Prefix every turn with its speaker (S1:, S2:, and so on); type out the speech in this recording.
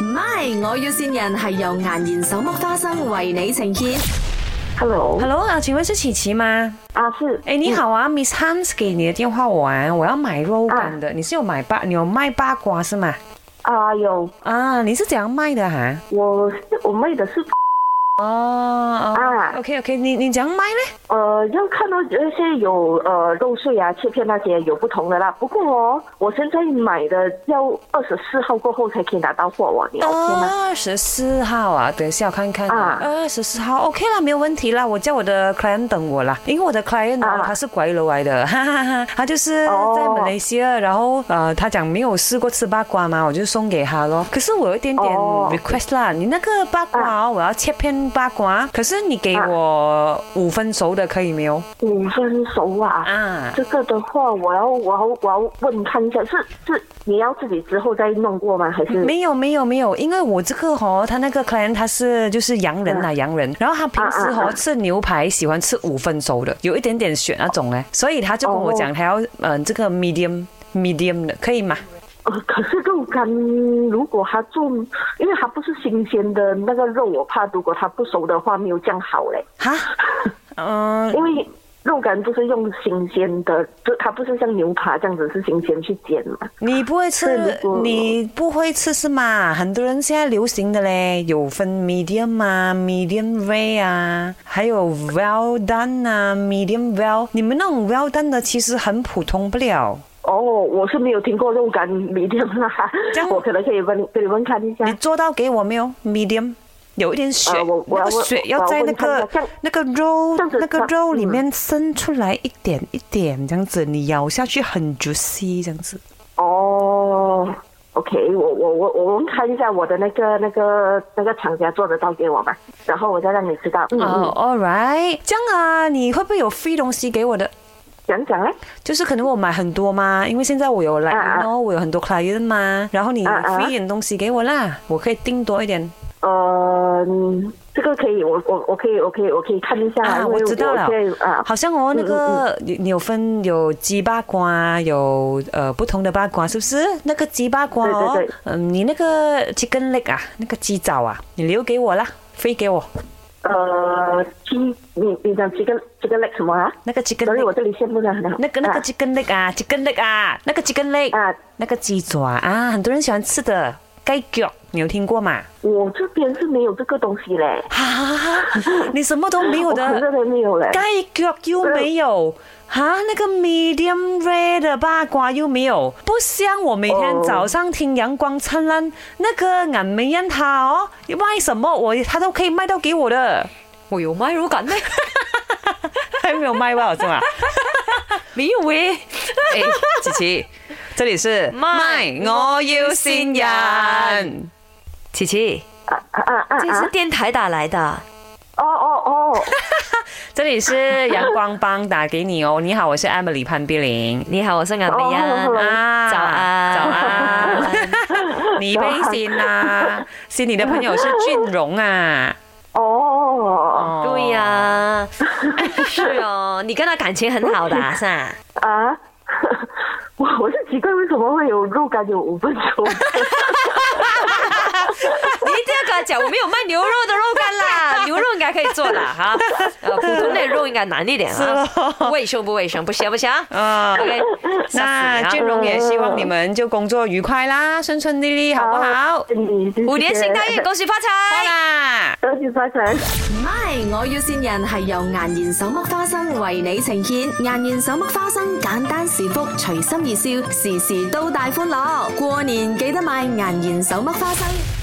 S1: MY，我要線人係由顏然手剝花生為你呈現。
S2: Hello，
S3: Hello 啊，请问是琪琪吗？
S2: 啊是，
S3: 哎，你好啊、m i s s Hans 给你的电话我啊，我要买肉干
S2: 啊
S3: 的。你是有买八，你有卖八卦是吗？
S2: 啊有，
S3: 啊，你是怎样卖的啊哈、
S2: 我是我卖的是，
S3: 哦、
S2: 啊
S3: o k OK，你你怎样卖呢？
S2: 呃，要看到那些有呃肉碎啊、切片那些有不同的啦。不过哦，我现在买的要二十四号过后才可以拿到货哦，你 OK 吗？
S3: 二十四号啊，等一下我看看啊
S2: 啊，
S3: 二十四号 OK 啦，没有问题啦，我叫我的 client 等我啦，因为我的 client 呢、
S2: 啊
S3: 他是拐楼来的，哈哈哈，他就是
S2: 哦
S3: 在马来西亚，然后呃他讲没有试过吃八卦嘛，我就送给他咯。可是我有一点点
S2: 哦
S3: request 啦，你那个八卦哦，我要切片八卦，可是你给
S2: 啊
S3: 我五分熟的可以没有？
S2: 五分熟啊。
S3: 啊。
S2: 这个的话，我要我要我要问看一下，是是你要自己之后再弄过吗？还是
S3: 没有没有没有，因为我这个哦，他那个 client 他是就是洋人啦、啊
S2: 嗯
S3: 洋人，然后他平时
S2: 啊啊
S3: 哦
S2: 啊
S3: 吃牛排喜欢吃五分熟的，有一点点血那种嘞，所以他就跟我
S2: 哦
S3: 讲他要嗯、呃这个 medium medium 的，可以吗？
S2: 呃，可是肉干如果它做，因为它不是新鲜的那个肉，我怕如果它不熟的话没有这样好嘞。
S3: 哈，嗯、
S2: 因为肉干不是用新鲜的，就它不是像牛扒这样子是新鲜去煎嘛。
S3: 你不会吃
S2: 对如果，
S3: 你不会吃是吗？很多人现在流行的嘞，有分 medium 啊，medium rare 啊，还有 well done 啊，medium well，你们那种 well done 的其实很普通不了。
S2: 哦，我是没有听过肉干米店啦
S3: 这样，
S2: 我可能可以问给你问看一下
S3: 你。做到给我没有？medium 有一点血，
S2: 呃我我
S3: 那
S2: 要
S3: 个
S2: 问
S3: 血
S2: 我
S3: 要
S2: 要
S3: 在
S2: 问
S3: 那
S2: 他
S3: 个
S2: 这样
S3: 那个肉
S2: 这样子
S3: 那个
S2: 它
S3: 肉里
S2: 嗯
S3: 面渗出来一点一点这样子，你咬下去很 juicy 这样子。
S2: 哦，OK，我我我我问看一下我的那个那个那个厂家做得到给我吗？然后我再让你知道。嗯，
S3: 哦、
S2: 嗯
S3: a l l right，这样啊，你会不会有 free 东西给我的？
S2: 讲啊讲嘞。
S3: 就是可能我买很多嘛，因为现在我有来
S2: 啊啊
S3: 哦，我有很多 client 嘛，然后你
S2: 啊啊
S3: free 一点东西给我啦，我可以订多一点。
S2: 呃，这个可以，我我我可以，我可以，我可以看一下，
S3: 啊，
S2: 因为
S3: 我知道了
S2: 可以啊，
S3: 好像哦，那
S2: 嗯
S3: 个你你有分有鸡八卦，有呃不同的八卦，是不是？那个鸡八卦哦，
S2: 对对对
S3: 嗯，你那个 chicken leg 啊，那个鸡爪啊，你留给我啦，飞给我
S2: 呃，鸡，你你讲鸡跟鸡跟 leg 什么啊？
S3: 那个 chicken
S2: 所以我
S3: leg，
S2: 这里羡慕的很好。
S3: 那个那个
S2: 啊
S3: chicken leg 啊，chicken leg 啊，那个 chicken leg，、
S2: 啊
S3: 那个鸡爪啊，很多人喜欢吃的盖脚，你有听过吗？
S2: 我这边是没有这个东西嘞，
S3: 哈、你什么都没有
S2: 我可
S3: 的。
S2: 能都没有嘞。
S3: 盖脚又没有，哈，那个 medium rare 的八卦又没有，不像我每天
S2: 哦
S3: 早上听阳光灿烂
S4: 哦
S3: 那个俺梅艳她哦，卖什么我她都可以卖到给我的，
S4: 我有卖肉干咩？
S3: 还没有卖吧，是吧？
S4: 没有喂，
S3: 哎，琪琪，这里是
S4: 麦
S3: 我要
S4: 善人，琪琪，
S2: 啊啊啊
S4: 这是
S2: 啊！
S4: 电台打来的，
S2: 哦 哦哦，
S3: 这里是阳光帮打给你哦，你好，我是 Emily 潘碧玲。
S4: 你好，我是俺梅呀，
S2: 哦
S3: 啊
S4: 嗯早啊安，
S3: 早
S2: 啊
S3: 安，你被信啦，信你的朋友是俊荣 啊，
S2: 哦
S3: 哦
S4: 对呀、 是哦，啊你跟他感情很好的、 啊，是吧？
S3: 哦
S2: 啊！ 我我是奇怪，为什么会有肉干有五分熟？
S4: 你一定要跟他讲，我没有卖牛肉的肉干 啦，牛肉应该可以做啦，哈，呃，普通的肉应该难一点 啊，卫生不卫生？不行不行
S3: 啊。
S4: ，OK，
S3: 那
S4: 哦吓死
S3: 俊
S4: 你啊嗯
S3: 荣也希望你们就工作愉快啦，顺顺利利，好不好？
S2: 你
S4: 五年新大运，恭喜发
S3: 好
S4: 财。
S3: 啦。
S2: 恭喜发财！
S1: MY，我要線人係由顏然手剝花生為你呈現。顏然手剝花生，簡單是福，隨心而笑，時時都大歡樂。過年記得買顏然手剝花生。